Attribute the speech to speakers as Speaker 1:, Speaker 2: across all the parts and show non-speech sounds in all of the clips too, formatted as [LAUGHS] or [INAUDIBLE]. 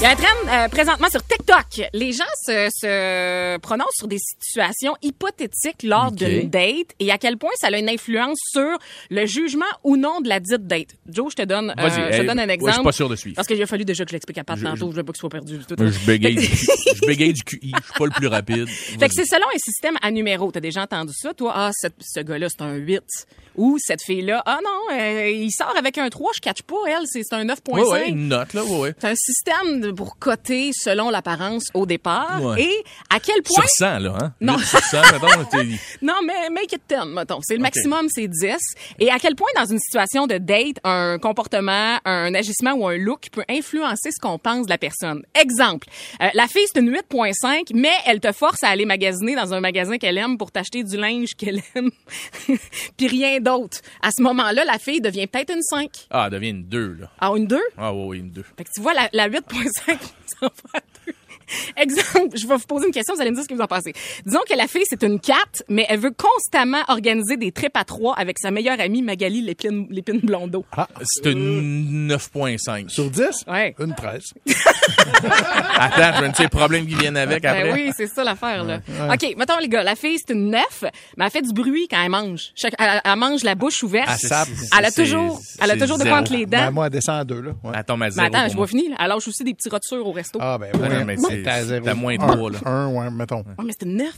Speaker 1: Il y a un trend euh, présentement sur TikTok. Les gens se, se prononcent sur des situations hypothétiques lors
Speaker 2: Ok.
Speaker 1: d'une date et à quel point ça a une influence sur le jugement ou non de la dite date. Joe, je te donne, euh,
Speaker 2: Vas-y,
Speaker 1: je te
Speaker 2: hey,
Speaker 1: donne un
Speaker 2: ouais,
Speaker 1: exemple.
Speaker 2: je suis pas sûr de suivre.
Speaker 1: Parce qu'il a fallu déjà que je l'explique à Pat
Speaker 2: Je-
Speaker 1: tantôt. Je
Speaker 2: je-
Speaker 1: veux pas que ce soit perdu. du tout.
Speaker 2: Je bégaye du, Q-
Speaker 1: [LAUGHS]
Speaker 2: je bégaye du QI, je suis pas le plus rapide.
Speaker 1: Fait que
Speaker 2: Vas-y.
Speaker 1: c'est selon un système à numéros. T'as déjà entendu ça, toi? Ah, cette- ce gars-là, c'est un 8. Ou cette fille-là, ah non, euh, il sort avec un 3, je catch pas, elle, c'est c'est un 9.5.
Speaker 2: Ouais, ouais, une note, là, ouais, ouais.
Speaker 1: C'est un système de- pour coter selon l'apparence au départ.
Speaker 2: Ouais.
Speaker 1: Et à quel point...
Speaker 2: Sur 100, là, hein?
Speaker 1: Non.
Speaker 2: Huit Sur 100, mettons,
Speaker 1: [LAUGHS]
Speaker 2: t'es-
Speaker 1: Non, mais make it 10, mettons. C'est le maximum, c'est 10. Et à quel point, dans une situation de date, un comportement, un agissement ou un look peut influencer ce qu'on pense de la personne. Exemple, euh, la fille, c'est une 8.5, mais elle te force à aller magasiner dans un magasin qu'elle aime pour t'acheter du linge qu'elle [LAUGHS] aime, puis rien d'autre. À ce moment-là, la fille devient peut-être une 5.
Speaker 2: Ah, elle devient une 2, là.
Speaker 1: Ah, une 2?
Speaker 2: Ah, ouais, ouais, une 2.
Speaker 1: Fait que tu vois, la, la 8.5, [LAUGHS] ça va à deux. Exemple, je vais vous poser une question, vous allez me dire ce que vous en pensez. Disons que la fille, c'est une 4, mais elle veut constamment organiser des trips à 3 avec sa meilleure amie Magali Lépine, Lépine Blondeau. Euh.
Speaker 2: C'est une 9.5.
Speaker 3: Sur 10,
Speaker 1: Ouais.
Speaker 3: une 13.
Speaker 2: Attends, je me sais les problèmes qui viennent avec après.
Speaker 1: Ben oui, c'est ça l'affaire, là. OK, mettons, les gars, la fille, c'est une 9, mais elle fait du bruit quand elle mange. Chaque- elle, elle mange la bouche ouverte.
Speaker 3: Elle sape.
Speaker 1: Elle a
Speaker 2: C'est-
Speaker 1: toujours, elle a
Speaker 2: c'est
Speaker 1: toujours de
Speaker 2: zéro.
Speaker 1: quoi entre les dents.
Speaker 3: Ben, moi, elle descend à 2, là. Ouais.
Speaker 2: Elle Ah, tombe à
Speaker 1: mais
Speaker 2: zéro
Speaker 1: attends,
Speaker 2: pour
Speaker 1: je
Speaker 2: moi.
Speaker 1: vois finir. Elle lâche aussi des petits rotures au resto.
Speaker 3: Ah, ben
Speaker 2: non,
Speaker 3: oui.
Speaker 2: mais
Speaker 3: Ouais,
Speaker 2: c'est-
Speaker 3: t'es à zéro.
Speaker 2: t'as moins de
Speaker 3: Un,
Speaker 2: trois, là.
Speaker 3: Un, ouais, mettons.
Speaker 1: Oh, mais c'est une 9.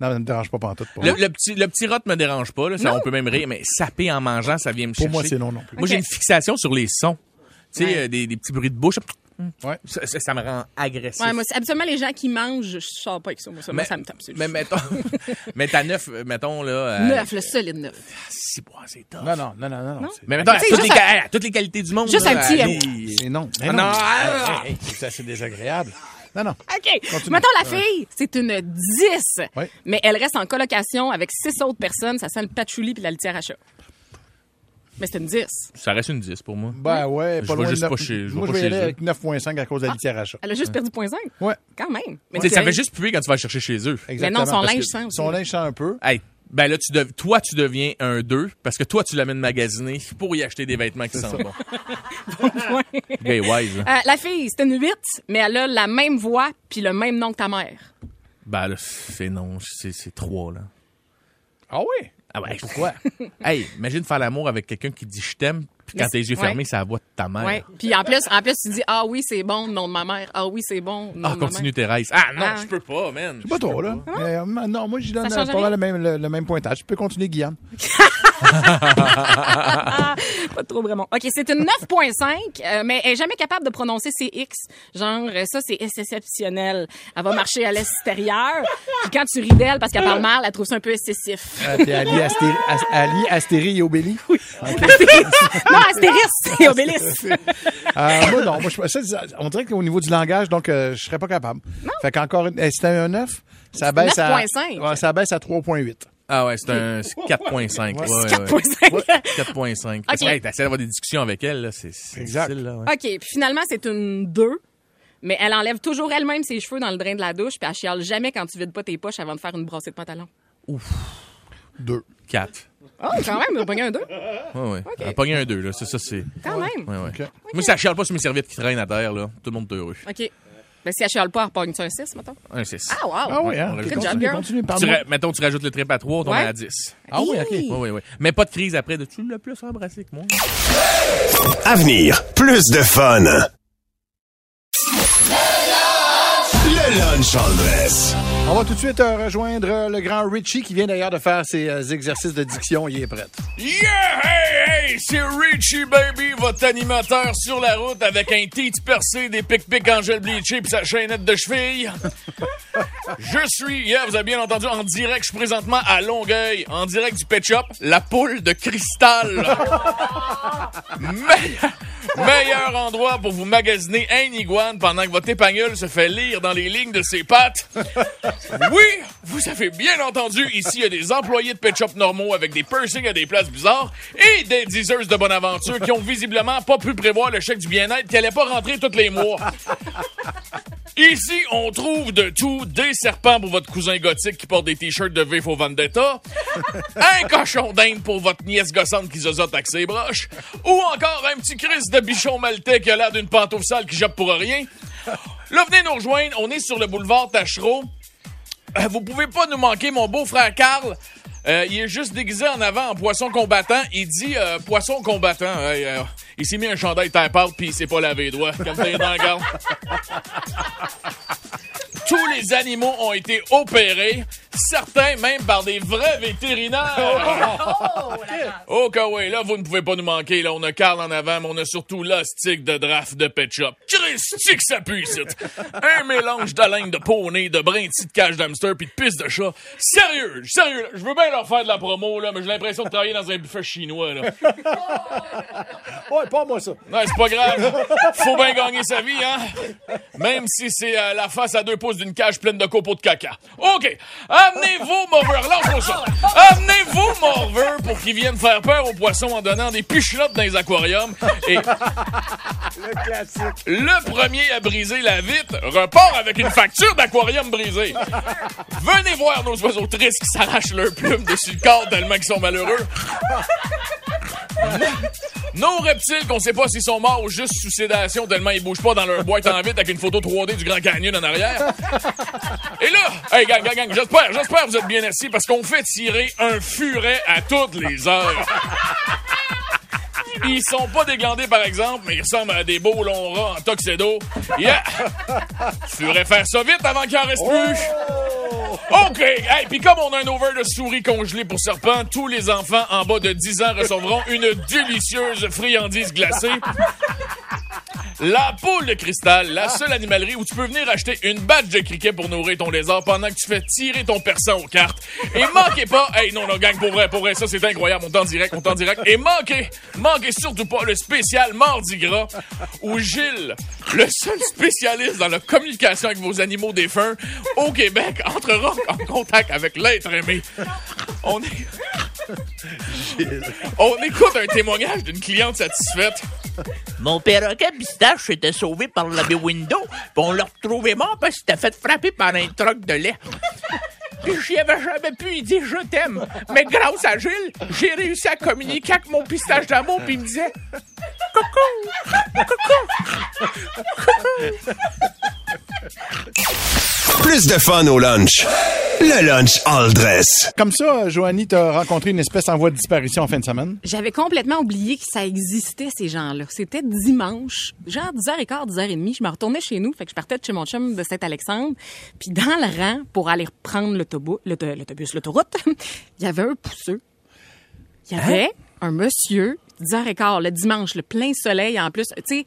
Speaker 3: Non, ça me dérange pas pantoute. Pour,
Speaker 2: Le,
Speaker 3: moi.
Speaker 2: le petit, le petit rot me dérange pas, là, ça, on peut même rire, mais saper en mangeant, ça vient me chercher.
Speaker 3: pour moi, c'est non non plus.
Speaker 2: Moi, j'ai
Speaker 1: Ok.
Speaker 2: une fixation sur les sons. Tu sais,
Speaker 1: Ouais.
Speaker 2: euh, des, des petits bruits de bouche.
Speaker 3: Ouais.
Speaker 2: Ça, ça- ça me rend agressif.
Speaker 1: Ouais, moi, c'est- habituellement, les gens qui mangent, je sors pas avec ça. Moi, ça, moi,
Speaker 2: Mais-
Speaker 1: ça me tape. c'est
Speaker 2: Mais
Speaker 1: juste-
Speaker 2: mettons, [LAUGHS] mais t'as neuf, euh, mettons, là. euh,
Speaker 1: Neuf, le solide neuf.
Speaker 2: Si, bon, c'est top.
Speaker 3: Non, non, non, non, non. non. c'est-
Speaker 2: Mais mettons, à
Speaker 1: Tu sais,
Speaker 2: toutes, les,
Speaker 1: juste
Speaker 2: ca- à toutes les qualités du monde.
Speaker 1: Juste
Speaker 2: là,
Speaker 1: un petit,
Speaker 2: allez.
Speaker 3: C'est non. Mais
Speaker 2: Ah,
Speaker 3: non.
Speaker 2: non,
Speaker 3: Hey,
Speaker 2: ah,
Speaker 3: hey, hey, ça, c'est désagréable. Non, non.
Speaker 1: OK. Mettons, la fille, c'est une 10.
Speaker 3: Ouais.
Speaker 1: Mais elle reste en colocation avec six autres personnes. Ça sent le patchouli puis la litière à chat. Mais c'est une 10.
Speaker 2: Ça reste une 10 pour moi.
Speaker 3: Ben ouais,
Speaker 2: Je
Speaker 3: pas
Speaker 2: vais
Speaker 3: loin de
Speaker 2: juste
Speaker 3: neuf-
Speaker 2: pas chez- je
Speaker 3: Moi,
Speaker 2: vais pas
Speaker 3: je vais y aller
Speaker 2: chez
Speaker 3: avec 9.5 à
Speaker 1: Ah.
Speaker 3: cause de la litière à chat.
Speaker 1: Elle a juste perdu point 5.
Speaker 3: Ouais,
Speaker 1: Quand même.
Speaker 2: Tu sais, Ça
Speaker 1: ok.
Speaker 2: fait juste puer quand tu vas chercher chez eux.
Speaker 3: exactement.
Speaker 1: son
Speaker 3: parce
Speaker 1: linge
Speaker 3: que
Speaker 1: sent aussi.
Speaker 3: Son linge sent un peu.
Speaker 2: Hey, ben là, tu dev- toi, tu deviens un 2 parce que toi, tu l'amènes magasiner pour y acheter des vêtements qui sentent bon.
Speaker 1: [LAUGHS]
Speaker 2: Le gars est wise. hein.
Speaker 1: Euh, la fille, c'est une 8, mais elle a la même voix puis le même nom que ta mère.
Speaker 2: Ben là, c'est non, c'est c'est 3, là.
Speaker 3: Ah oui?
Speaker 2: Ah ouais, pourquoi? [LAUGHS] hey, imagine faire l'amour avec quelqu'un qui dit je t'aime, puis quand
Speaker 1: Mais
Speaker 2: tes yeux
Speaker 1: c'est- ouais.
Speaker 2: fermés, c'est la voix de ta mère.
Speaker 1: Ouais. Puis en plus, en plus, tu dis Ah oui, c'est bon, nom de ma mère. Ah oui, c'est bon, nom
Speaker 2: Ah,
Speaker 1: de ma
Speaker 2: continue,
Speaker 1: mère.
Speaker 2: Thérèse. Ah non,
Speaker 1: Ah.
Speaker 2: je peux pas, man.
Speaker 3: Pas toi, là. Mais, euh, non, moi, j'y donne
Speaker 1: Ça
Speaker 3: euh,
Speaker 1: change
Speaker 3: pas mal le même, le, le même pointage. Tu peux continuer, Guillaume.
Speaker 1: Pas trop vraiment. OK, c'est une 9.5, euh, mais elle est jamais capable de prononcer ses X. Genre, euh, ça, c'est exceptionnel. Elle va marcher à l'extérieur. Puis quand tu ris d'elle parce qu'elle parle mal, elle trouve ça un peu excessif.
Speaker 3: Euh, T'es allié Astéri, As- allié Astéri et Obélie.
Speaker 1: [LAUGHS] non, Astéris, c'est Obélis.
Speaker 3: Euh, moi, non. Moi, je, ça, ça- on dirait qu'au niveau du langage, donc, euh, je serais pas capable. Fait qu'encore une. eh, C'était un 9. Ça baisse à.
Speaker 1: 9.5.
Speaker 3: Ouais, ça baisse à 3.8.
Speaker 2: Ah [LAUGHS] ouais, c'est un c'est 4.5. Ouais, ouais, ouais.
Speaker 1: 4.5. [LAUGHS]
Speaker 2: 4.5. Parce que,
Speaker 1: Ok.
Speaker 2: Hey, t'essaies d'avoir des discussions avec elle, là. C'est c'est
Speaker 3: Exact.
Speaker 2: difficile, là. ouais.
Speaker 1: OK, puis finalement, c'est une 2. Mais elle enlève toujours elle-même ses cheveux dans le drain de la douche, puis elle chiale jamais quand tu vides pas tes poches avant de faire une brassée de pantalon.
Speaker 3: 2.
Speaker 2: 4.
Speaker 1: Oh, quand même, elle a pogné un 2.
Speaker 2: Ouais, ouais. Elle a pogné un 2, là. C'est ça, c'est.
Speaker 1: Quand même.
Speaker 2: Ouais, ouais. Moi, ça chiale pas sur mes serviettes qui traînent à terre, là. Tout le monde est heureux.
Speaker 1: OK. Ben, si elle chiale pas, elle repogne-tu un 6, mettons?
Speaker 2: Un 6.
Speaker 1: Ah, wow!
Speaker 3: Ah oui, hein?
Speaker 2: on
Speaker 3: Ok,
Speaker 2: reste-
Speaker 1: Good job,
Speaker 3: Continue,
Speaker 1: girl.
Speaker 3: continue.
Speaker 2: Tu
Speaker 3: Parle-moi.
Speaker 2: ra- mettons, tu rajoutes le trip à 3, on
Speaker 1: Ouais.
Speaker 2: est à 10.
Speaker 3: Ah oui, OK.
Speaker 2: Oui, oui, oui. Mais pas de crise après de tu l'as plus embrassé que moi.
Speaker 4: Avenir, plus de fun. Le lunch Andress.
Speaker 3: On va tout de suite euh, rejoindre euh, le grand Richie qui vient d'ailleurs de faire ses euh, exercices de diction. Il est prêt.
Speaker 2: Yeah! Hey, hey! C'est Richie Baby, votre animateur sur la route avec un teat percé, des pic-pic en gel bleaché pis sa chaînette de cheville. Je suis, hier, vous avez bien entendu, en direct, je suis présentement à Longueuil, en direct du Pet Shop, la poule de cristal. meilleur, meilleur endroit pour vous magasiner un iguane pendant que votre épagnole se fait lire dans les lignes de ses pattes. Oui, vous avez bien entendu, ici, il y a des employés de Pet Shop normaux avec des piercings à des places bizarres et des diseuses de bonne aventure qui ont visiblement pas pu prévoir le chèque du bien-être qui allait pas rentrer tous les mois. Ici, on trouve de tout, des serpents pour votre cousin gothique qui porte des t-shirts de V for Vendetta, un cochon d'Inde pour votre nièce gossante qui zozote avec ses broches, ou encore un petit Chris de bichon maltais qui a l'air d'une pantoufle sale qui jappe pour rien. Là, venez nous rejoindre, on est sur le boulevard Tachereau. Euh, Vous pouvez pas nous manquer, mon beau-frère Carl. euh, il est juste déguisé en avant en poisson combattant. Il dit euh, poisson combattant. Hey, euh, il s'est mis un chandail type out puis il s'est pas lavé les doigts. Comme t'es dans le garde. Tous les animaux ont été opérés, certains même par des vrais vétérinaires. Oh, Kawé, là, vous ne pouvez pas nous manquer. Là, on a Carl en avant, mais on a surtout l'hostique de draft de Pet Shop. Christique, ça pue, ici. Un mélange de laine de poney, de brindis de cage d'hamster puis de pisse de chat. Sérieux, sérieux, là, je veux bien leur faire de la promo, là, mais j'ai l'impression de travailler dans un buffet chinois, là.
Speaker 5: Ouais, pas moi ça.
Speaker 2: Non, c'est pas grave. Faut bien gagner sa vie, hein? Même si c'est euh, la face à deux pouces d'une cage pleine de copeaux de caca. OK. Amenez-vous, Morver. Lâche-moi ça. Amenez-vous, Morver, pour qu'ils viennent faire peur aux poissons en donnant des pichelottes dans les aquariums. Et
Speaker 5: Le classique.
Speaker 2: le premier à briser la vitre repart avec une facture d'aquarium brisé. Venez voir nos oiseaux tristes qui s'arrachent leurs plumes dessus le corps tellement qu'ils sont malheureux. Nos reptiles qu'on sait pas s'ils sont morts ou juste sous sédation tellement ils bougent pas dans leur boîte en vite avec une photo 3D du Grand Canyon en arrière. Et là, hey gang, gang, gang, j'espère, j'espère que vous êtes bien assis parce qu'on fait tirer un furet à toutes les heures. Ils sont pas déglandés, par exemple, mais ils ressemblent à des beaux longs rats en tuxedo. Yeah! Tu devrais faire ça vite avant qu'il en reste plus. OK! Hey, puis comme on a un over de souris congelée pour serpent, tous les enfants en bas de 10 ans recevront une délicieuse friandise glacée. La poule de cristal, la seule animalerie où tu peux venir acheter une badge de criquet pour nourrir ton lézard pendant que tu fais tirer ton persan aux cartes. Et manquez pas, hey non, non, gang, pour vrai, pour vrai, ça c'est incroyable, on t'en direct, on t'en direct. Et manquez, manquez surtout pas le spécial Mardi Gras où Gilles, le seul spécialiste dans la communication avec vos animaux défunts au Québec, entrera en contact avec l'être aimé. On est... On écoute un témoignage d'une cliente satisfaite.
Speaker 6: Mon perroquet pistache était sauvé par l'abbé Window, puis on l'a retrouvé mort parce qu'il s'était fait frapper par un troc de lait. Puis j'y avais jamais pu y dire je t'aime. Mais grâce à Gilles, j'ai réussi à communiquer avec mon pistache d'amour, puis il me disait Coucou!
Speaker 4: Plus de fun au lunch. Le lunch all dress.
Speaker 3: Comme ça, euh, Joanie, t'as rencontré une espèce en voie de disparition en fin de semaine.
Speaker 1: J'avais complètement oublié que ça existait, ces gens-là. C'était dimanche, genre 10h15, 10h30. Je me retournais chez nous, fait que je partais de chez mon chum de Saint-Alexandre. Puis dans le rang, pour aller reprendre l'autobus, l'auto- l'autobus, l'autoroute, [LAUGHS] il y avait un pousseux. Il y
Speaker 2: Hein?
Speaker 1: avait un monsieur, 10h15, le dimanche, le plein soleil en plus. Tu sais,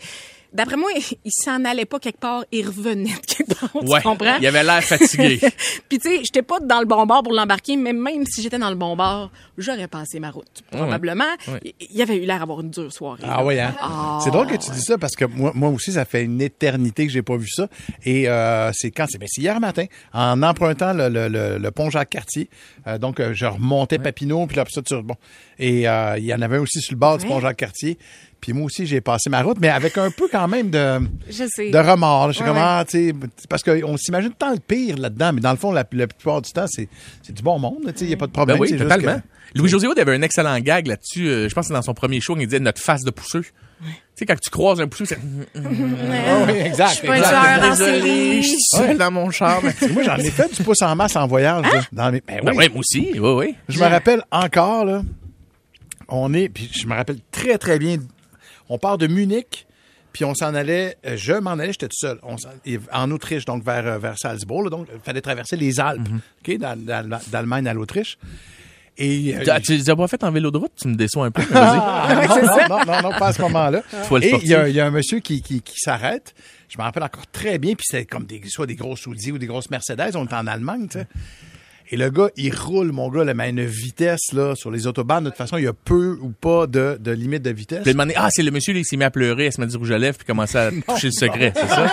Speaker 1: d'après moi, [LAUGHS] il s'en allait pas quelque part, il revenait de quelque part, tu comprends?
Speaker 2: il avait l'air fatigué.
Speaker 1: [LAUGHS] Puis tu sais, j'étais pas dans le bon bord pour l'embarquer, mais même si j'étais dans le bon bord, j'aurais passé ma route. Probablement,
Speaker 2: Ouais.
Speaker 1: il il avait eu l'air d'avoir une dure soirée.
Speaker 3: Ah oui, hein? C'est drôle que tu dis ça parce que moi, moi aussi, ça fait une éternité que j'ai pas vu ça. Et euh, c'est quand? C'est ben, c'est hier matin, en empruntant le, le, le, le pont Jacques-Cartier. Euh, donc, euh, je remontais Papineau, puis là, puis ça, tu... Bon. Et euh, il y en avait un aussi sur le bord du pont Jacques-Cartier. Puis moi aussi, j'ai passé ma route, mais avec un peu quand même de,
Speaker 1: Je sais.
Speaker 3: de remords. là. Je suis
Speaker 1: Ouais,
Speaker 3: comme,
Speaker 1: ouais.
Speaker 3: ah, tu sais, parce qu'on s'imagine tant le pire là-dedans, mais dans le fond, la, la plupart du temps, c'est c'est du bon monde. là, tu sais, Il n'y a pas de problème.
Speaker 2: Ben oui,
Speaker 3: c'est juste
Speaker 2: totalement.
Speaker 3: que-
Speaker 2: Louis-José Hood avait un excellent gag là-dessus. euh, je pense que c'est dans son premier show, il disait notre face de pousseux. Tu sais, quand tu croises un pousseux, c'est. Ah,
Speaker 3: Ah oui, exact.
Speaker 1: Je suis pas une
Speaker 3: exact.
Speaker 1: tueur en
Speaker 2: Désolé, je
Speaker 1: série.
Speaker 2: suis seul dans mon char. [LAUGHS] Ben,
Speaker 3: Moi, j'en ai fait du pouce en masse en voyage. là, dans mes- ben oui.
Speaker 2: Ah ouais, moi aussi, oui, oui.
Speaker 3: Je me rappelle encore, là, on est, puis je me rappelle très, très bien, on part de Munich, puis on s'en allait, euh, je m'en allais, j'étais tout seul, on s'en- et en Autriche, donc vers, euh, vers Salzbourg, là, donc il fallait traverser les Alpes, OK, d'Al- d'Al- d'Allemagne à l'Autriche. Et, euh,
Speaker 2: Tu- ah, Tu les as pas fait en vélo de route? Tu me déçois un peu. [LAUGHS] mais vas-y.
Speaker 3: non, non, non, non, non, pas à ce moment-là.
Speaker 2: Faut le
Speaker 3: Et il
Speaker 2: sportif.
Speaker 3: y, a- il y a un monsieur qui, qui, qui s'arrête. Je me rappelle encore très bien, puis c'est comme des, soit des grosses Audi ou des grosses Mercedes. On est en Allemagne, tu sais. Et le gars, il roule, mon gars, là, mais à une vitesse, là, sur les autobahns. De toute façon, il y a peu ou pas de, de limite de vitesse.
Speaker 2: Puis elle m'a dit, ah, c'est le monsieur, là, il s'est mis à pleurer, à se mettre du rouge à lèvres, puis
Speaker 1: [LAUGHS]
Speaker 2: commencer à toucher le secret, c'est ça?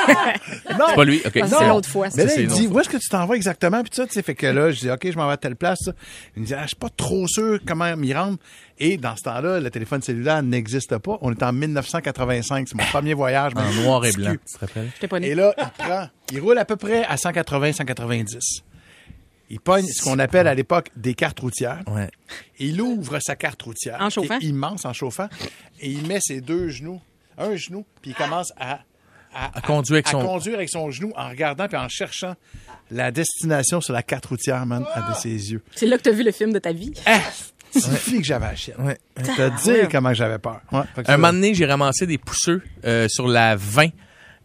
Speaker 3: Non!
Speaker 2: C'est pas lui, ok.
Speaker 1: C'est l'autre fois.
Speaker 3: Mais
Speaker 2: Ça,
Speaker 3: là,
Speaker 2: c'est
Speaker 3: il
Speaker 2: non,
Speaker 3: dit,
Speaker 2: ça.
Speaker 3: où est-ce que tu t'en vas exactement? Puis ça, tu sais, fait que là, je dis, OK, je m'en vais à telle place. ça. Il me dit, ah, je suis pas trop sûr comment m'y rendre. Et dans ce temps-là, le téléphone cellulaire n'existe pas. On est en 1985. C'est mon premier voyage.
Speaker 2: En
Speaker 3: mon
Speaker 2: noir et
Speaker 3: petit
Speaker 2: blanc,
Speaker 3: cul.
Speaker 2: tu te rappelles?
Speaker 1: J'étais pas née.
Speaker 3: Et là, il prend, il roule à peu près à 180-190. Il pogne ce qu'on appelle à l'époque des cartes routières.
Speaker 2: Ouais.
Speaker 3: Il ouvre sa carte routière.
Speaker 1: En chauffant?
Speaker 3: qui est immense en chauffant. Et il met ses deux genoux, un genou, puis il commence à, à,
Speaker 2: À conduire avec
Speaker 3: à
Speaker 2: son-
Speaker 3: conduire avec son genou en regardant puis en cherchant la destination sur la carte routière, man, à de ses yeux. Ah!
Speaker 1: C'est là que t'as vu le film de ta vie.
Speaker 3: C'est une fille que j'avais à chienne.
Speaker 2: Ouais.
Speaker 1: Ah,
Speaker 3: Te dire comment j'avais peur. Ouais, fait que
Speaker 2: Un
Speaker 3: ça-
Speaker 2: moment donné, j'ai ramassé des pousseux euh, sur la 20.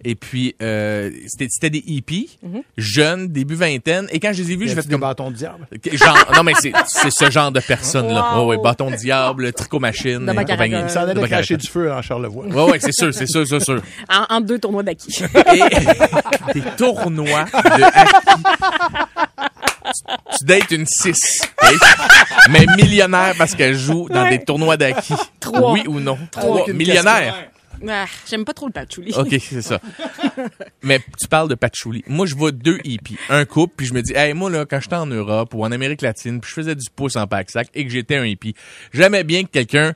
Speaker 2: Et puis, euh, c'était c'était des hippies,
Speaker 1: Mhm.
Speaker 2: jeunes, début vingtaine. Et quand je les ai vus,
Speaker 3: il y
Speaker 2: j'ai
Speaker 3: avait
Speaker 2: fait
Speaker 3: des
Speaker 2: comme...
Speaker 3: bâtons de diable.
Speaker 2: Genre, non, mais c'est c'est ce genre de personnes-là.
Speaker 1: Wow.
Speaker 2: Ouais, ouais, bâton de diable, tricot machine,
Speaker 1: De
Speaker 2: et
Speaker 1: Baccarat.
Speaker 2: compagnie.
Speaker 3: Il s'en allait
Speaker 2: Euh, De Baccarat.
Speaker 3: cracher du feu en Charlevoix.
Speaker 2: Ouais, ouais, c'est sûr, c'est sûr, c'est sûr.
Speaker 1: En, entre deux tournois
Speaker 2: [LAUGHS]
Speaker 1: d'acquis.
Speaker 2: et des tournois de hockey. Tu- Tu dates une 6. Mais millionnaire parce qu'elle joue dans des tournois d'acquis.
Speaker 1: Trois.
Speaker 2: Oui ou non?
Speaker 1: Avec
Speaker 2: Trois.
Speaker 1: une
Speaker 2: Millionnaire.
Speaker 1: Ah, J'aime pas trop le patchouli.
Speaker 2: OK, c'est ça. Mais tu parles de patchouli. Moi, je vois deux hippies. Un couple, puis je me dis, hey, moi, là, quand j'étais en Europe ou en Amérique latine, puis je faisais du pouce en pack-sac et que j'étais un hippie, j'aimais bien que quelqu'un...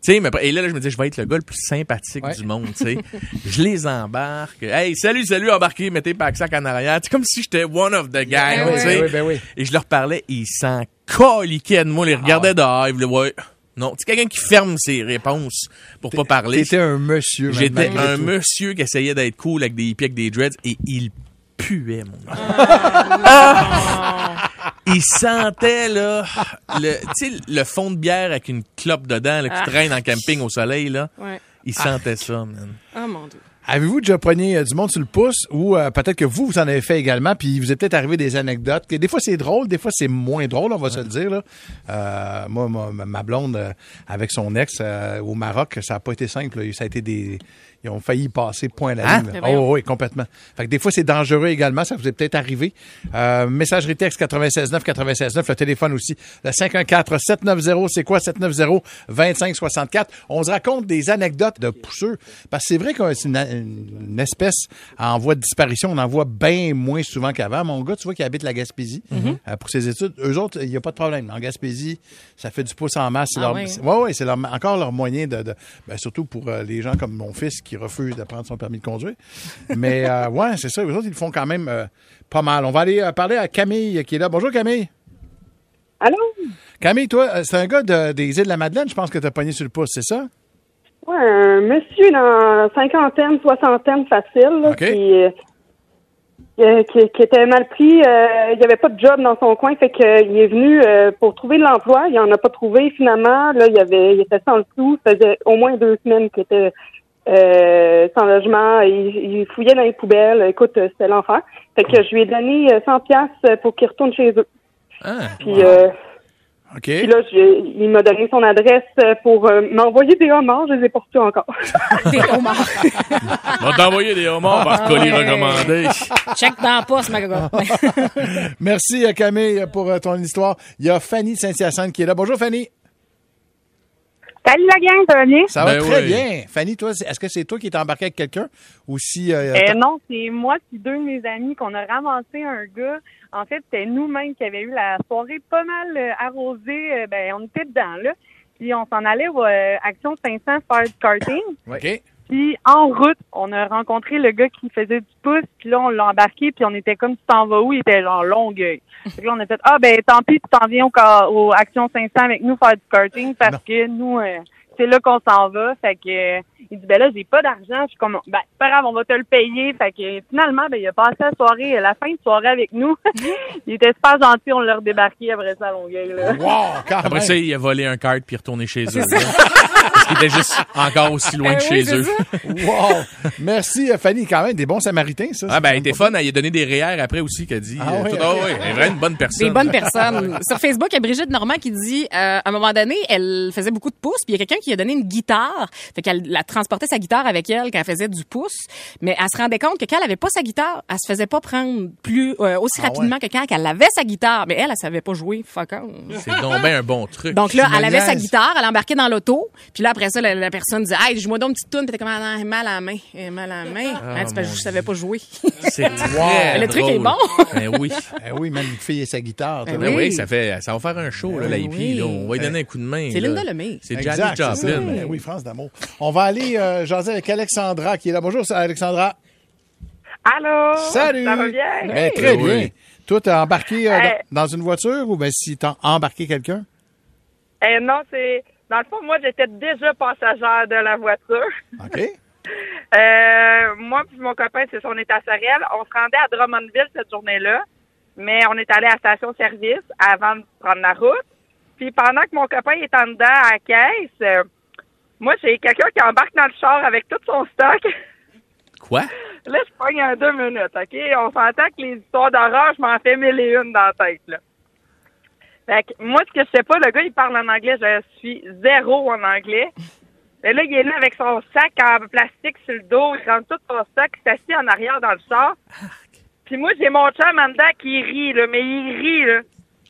Speaker 2: Tu sais, me pre- et là, là, je me dis, je vais être le gars le plus sympathique du monde, tu sais. je les embarque. Hey, salut, salut, embarquez, mettez pack-sac en arrière. C'est comme si j'étais one of the gang,
Speaker 1: Ben
Speaker 2: tu sais.
Speaker 3: oui, ben oui.
Speaker 2: Et je leur parlais, et ils s'en coliquaient de moi, ils les regardaient dehors, ils voulaient, ouais. Non, c'est quelqu'un qui ferme ses réponses pour pas parler.
Speaker 3: T'étais un monsieur. man,
Speaker 2: J'étais
Speaker 3: malgré
Speaker 2: un
Speaker 3: tout.
Speaker 2: monsieur qui essayait d'être cool avec des hippies, avec des dreads, et il puait, mon gars.
Speaker 3: Ah!
Speaker 2: Il sentait, là, le, tu sais, le fond de bière avec une clope dedans,
Speaker 3: Ah!
Speaker 2: là, qui traîne en camping au soleil, là.
Speaker 1: Ouais.
Speaker 2: Il sentait ça, man.
Speaker 1: Oh mon dieu.
Speaker 3: Avez-vous déjà pogné euh, du monde sur le pouce ou euh, peut-être que vous, vous en avez fait également, puis vous est peut-être arrivé des anecdotes. que Des fois, c'est drôle, des fois, c'est moins drôle, on va se le dire. Là. Euh, moi, ma, ma- ma blonde, euh, avec son ex euh, au Maroc, ça n'a pas été simple. là. Ça a été des... Ils ont failli passer point à la
Speaker 2: Hein?
Speaker 3: ligne. là.
Speaker 1: Mais voyons.
Speaker 3: Oh, oui, complètement. Fait que des fois, c'est dangereux également. Ça vous est peut-être arrivé. Euh, messagerie texte 969 969, le téléphone aussi. Le 514 790, c'est quoi 790 2564. On se raconte des anecdotes de pousseux parce que c'est vrai que c'est une, une- une espèce en voie de disparition. On en voit bien moins souvent qu'avant. Mon gars, tu vois, qui habite la Gaspésie euh, pour ses études. Eux autres, il n'y a pas de problème. En Gaspésie, ça fait du pouce en masse. C'est
Speaker 1: Ah
Speaker 3: leur-
Speaker 1: oui.
Speaker 3: c'est- Ouais, ouais, c'est leur- encore leur moyen de, de- ben, surtout pour euh, les gens comme mon fils qui refuse de prendre son permis de conduire. Mais euh, ouais, c'est ça. Eux autres, ils le font quand même euh, pas mal. On va aller euh, parler à Camille qui est là. Bonjour Camille.
Speaker 7: Allô?
Speaker 3: Camille, toi, euh, c'est un gars de- des îles de la Madeleine, je pense que t'as pogné sur le pouce, c'est ça?
Speaker 7: Ouais, un monsieur dans cinquantaine, soixantaine facile, là,
Speaker 3: OK.
Speaker 7: qui, euh, euh, qui, qui était mal pris. euh, il n'y avait pas de job dans son coin, fait qu'il est venu euh, pour trouver de l'emploi. Il en a pas trouvé finalement. Là, il y avait, il était sans le sou. Ça faisait au moins deux semaines qu'il était euh, sans logement. Il, il fouillait dans les poubelles. Écoute, euh, c'était l'enfer. Fait que je lui ai donné euh, 100 pièces pour qu'il retourne chez eux.
Speaker 2: Ah.
Speaker 7: Puis, euh,
Speaker 3: OK.
Speaker 7: puis là, j'ai- il m'a donné son adresse euh, pour euh, m'envoyer des homards. Je les ai pas reçus encore.
Speaker 1: T'es au mort.
Speaker 2: [LAUGHS] On va t'envoyer des homards par
Speaker 3: Ah,
Speaker 2: colis
Speaker 1: ouais.
Speaker 2: recommandé.
Speaker 1: Check dans la poste, ma gaga. [LAUGHS]
Speaker 3: Merci euh, Camille pour euh, ton histoire. Il y a Fanny de Saint-Hyacinthe qui est là. Bonjour Fanny.
Speaker 7: Salut la gang, ça va bien?
Speaker 3: Ça
Speaker 2: Ben
Speaker 3: va très
Speaker 2: oui.
Speaker 3: bien. Fanny, toi, c'est- est-ce que c'est toi qui es embarqué avec quelqu'un ou si euh,
Speaker 7: Euh,
Speaker 3: t'as-
Speaker 7: non, c'est moi puis deux de mes amis qu'on a ramassé un gars. En fait, c'était nous-mêmes qui avions eu la soirée pas mal euh, arrosée. Euh, ben, on était dedans, là. Puis on s'en allait au euh, Action 500 faire du karting.
Speaker 3: OK.
Speaker 7: Puis en route, on a rencontré le gars qui faisait du pouce. Puis là, on l'a embarqué. Puis on était comme, tu t'en vas où? Il était
Speaker 3: [LAUGHS]
Speaker 7: genre longueuil. Fait que là, on a fait, ah ben tant pis, tu t'en viens au, ca- au Action 500 avec nous faire du karting parce
Speaker 3: Non.
Speaker 7: que nous... euh, c'est là qu'on s'en va. Fait que euh, il dit ben là j'ai pas d'argent. Je suis comme ben c'est pas grave, on va te le payer. Fait que euh, finalement ben il a passé la soirée, euh, la fin de soirée
Speaker 3: [LAUGHS]
Speaker 7: avec nous. il était super gentil, on l'a redébarqué après ça à Longueuil. Là.
Speaker 3: Wow, quand
Speaker 2: Après
Speaker 3: même.
Speaker 2: ça, il a volé un cart puis retourné chez eux. là. Parce qu'ils étaient juste encore aussi loin de
Speaker 3: Eh oui,
Speaker 2: chez eux.
Speaker 3: c'est ça. wow! Merci, euh, Fanny, quand même, des bons samaritains, ça.
Speaker 2: Ah ben, il était fun, elle y a donné des REER après aussi, qu'elle dit.
Speaker 3: Ah
Speaker 2: euh,
Speaker 3: oui,
Speaker 2: tout-
Speaker 3: ok.
Speaker 2: ah oui, elle est vraiment une bonne personne.
Speaker 1: Des bonnes
Speaker 8: [LAUGHS]
Speaker 1: personnes. Sur Facebook, il y a Brigitte Normand qui dit, euh, à un moment donné, elle faisait beaucoup de pouces, puis il y a quelqu'un qui lui a donné une guitare. Fait qu'elle la transportait sa guitare avec elle quand elle faisait du pouce, mais elle se rendait compte que quand elle avait pas sa guitare, elle se faisait pas prendre plus euh, aussi
Speaker 8: Ah
Speaker 1: rapidement que quand elle avait sa guitare. Mais elle, elle savait pas jouer. Fuck off.
Speaker 2: C'est donc bien un bon truc.
Speaker 1: Donc là,
Speaker 2: Tu me
Speaker 1: elle avait sa
Speaker 2: niaises.
Speaker 1: guitare, elle embarquait dans l'auto, puis là après ça, la, la personne disait, hey, joue-moi donc une petite tune, puis t'es comme, Ah, non, mal à la main, eh, mal à la main.
Speaker 8: Ah,
Speaker 1: Hein, tu fais, je savais pas
Speaker 8: [LAUGHS]
Speaker 1: jouer. [LAUGHS]
Speaker 2: C'est très
Speaker 1: Le truc est
Speaker 2: drôle.
Speaker 1: bon.
Speaker 2: [LAUGHS] Ben oui.
Speaker 3: Eh oui, même une fille et sa guitare. toi.
Speaker 1: Eh
Speaker 2: Ben oui,
Speaker 1: Oui. Ben
Speaker 2: ça, fait, ça va faire un show, là, la hippie.
Speaker 1: oui.
Speaker 2: là. On va lui donner un coup de main.
Speaker 1: C'est
Speaker 2: là.
Speaker 1: Linda Lemay.
Speaker 2: C'est Janis
Speaker 3: Exact, c'est ça.
Speaker 2: Joplin.
Speaker 3: Ben oui, France d'amour. On va aller euh, jaser avec Alexandra qui est là. Bonjour, Alexandra.
Speaker 8: Allô?
Speaker 3: Salut.
Speaker 8: Oh, Ça va bien?
Speaker 3: Eh, très
Speaker 2: Oui.
Speaker 3: bien. Toi, t'as embarqué euh,
Speaker 8: Eh.
Speaker 3: dans, dans une voiture ou ben si t'as embarqué quelqu'un?
Speaker 8: Eh non, c'est. Dans le fond, moi, j'étais déjà passagère de la voiture. [LAUGHS]
Speaker 3: OK.
Speaker 8: Euh, moi puis mon copain, c'est ça, on est à Sorel. On se rendait à Drummondville cette journée-là, mais on est allé à la station-service avant de prendre la route. Puis pendant que mon copain est en dedans à la caisse, euh, moi, j'ai quelqu'un qui embarque dans le char avec tout son stock. [LAUGHS]
Speaker 2: Quoi?
Speaker 8: Là, je pogne un deux minutes, OK? On s'entend que les histoires d'horreur, je m'en fais mille et une dans la tête, là. Fait que moi, ce que je sais pas, le gars, il parle en anglais. Je suis zéro en anglais. Mais là, il est là avec son sac en plastique sur le dos. Il rentre tout son sac. Il s'assit en arrière dans le char. Puis moi, j'ai mon chum en dedans qui rit, là. Mais il rit, là.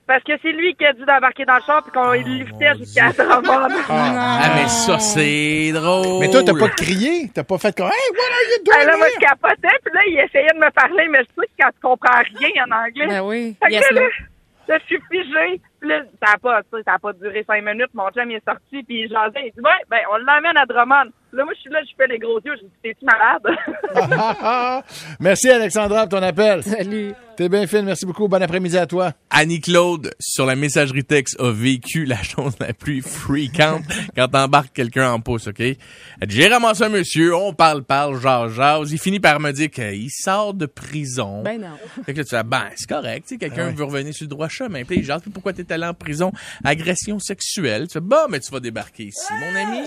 Speaker 8: Parce que c'est lui qui a dû d'embarquer dans le char puis qu'on le liftait jusqu'à Drummond.
Speaker 2: Ah, mais ça, c'est drôle.
Speaker 3: Mais toi, t'as pas crié? T'as pas fait comme Hey, what are you doing?
Speaker 8: Ah, là, moi, je
Speaker 3: here?
Speaker 8: capotais, puis là, il essayait de me parler, mais je sais que quand tu comprends rien en anglais.
Speaker 1: Ben oui,
Speaker 8: Fait que
Speaker 1: yes,
Speaker 8: là,
Speaker 1: no.
Speaker 8: là, je suis figée. Puis là, ça a pas, tu sais, ça a pas duré cinq minutes. Mon chum, il est sorti, puis il jasait. Il dit, ouais, ben, on l'emmène à Drummond. Là, moi, je suis là, je fais les gros yeux. Je dis, t'es-tu malade?
Speaker 3: [LAUGHS]
Speaker 8: [LAUGHS]
Speaker 3: Merci, Alexandra, pour ton appel.
Speaker 1: Salut.
Speaker 3: T'es bien fine. Merci beaucoup. Bon après-midi à toi.
Speaker 2: Annie-Claude, sur la messagerie texte, a vécu la chose la plus fréquente quand t'embarques quelqu'un en pouce, OK? Elle dit, J'ai ramassé un monsieur, on parle, parle, jase, jase. Il finit par me dire qu'il sort de prison.
Speaker 1: Ben non.
Speaker 2: Fait que là, tu fais, ben, c'est correct, tu sais, quelqu'un
Speaker 3: Ah
Speaker 2: veut revenir sur le droit chemin. Puis là, il jase, Puis pourquoi t'es allé en prison? Agression sexuelle. Tu fais, bon, mais tu vas débarquer ici, mon ami.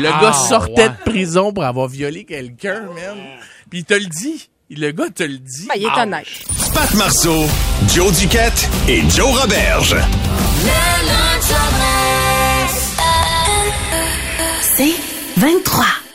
Speaker 2: Le
Speaker 3: Ah,
Speaker 2: gars sortait
Speaker 3: ouais.
Speaker 2: de prison pour avoir violé quelqu'un, man. Puis il te le dit. Le gars te le dit.
Speaker 1: Ben, il est
Speaker 2: Ah,
Speaker 1: honnête.
Speaker 4: Pat Marceau, Joe Duquette et Joe Roberge.
Speaker 9: C'est 23.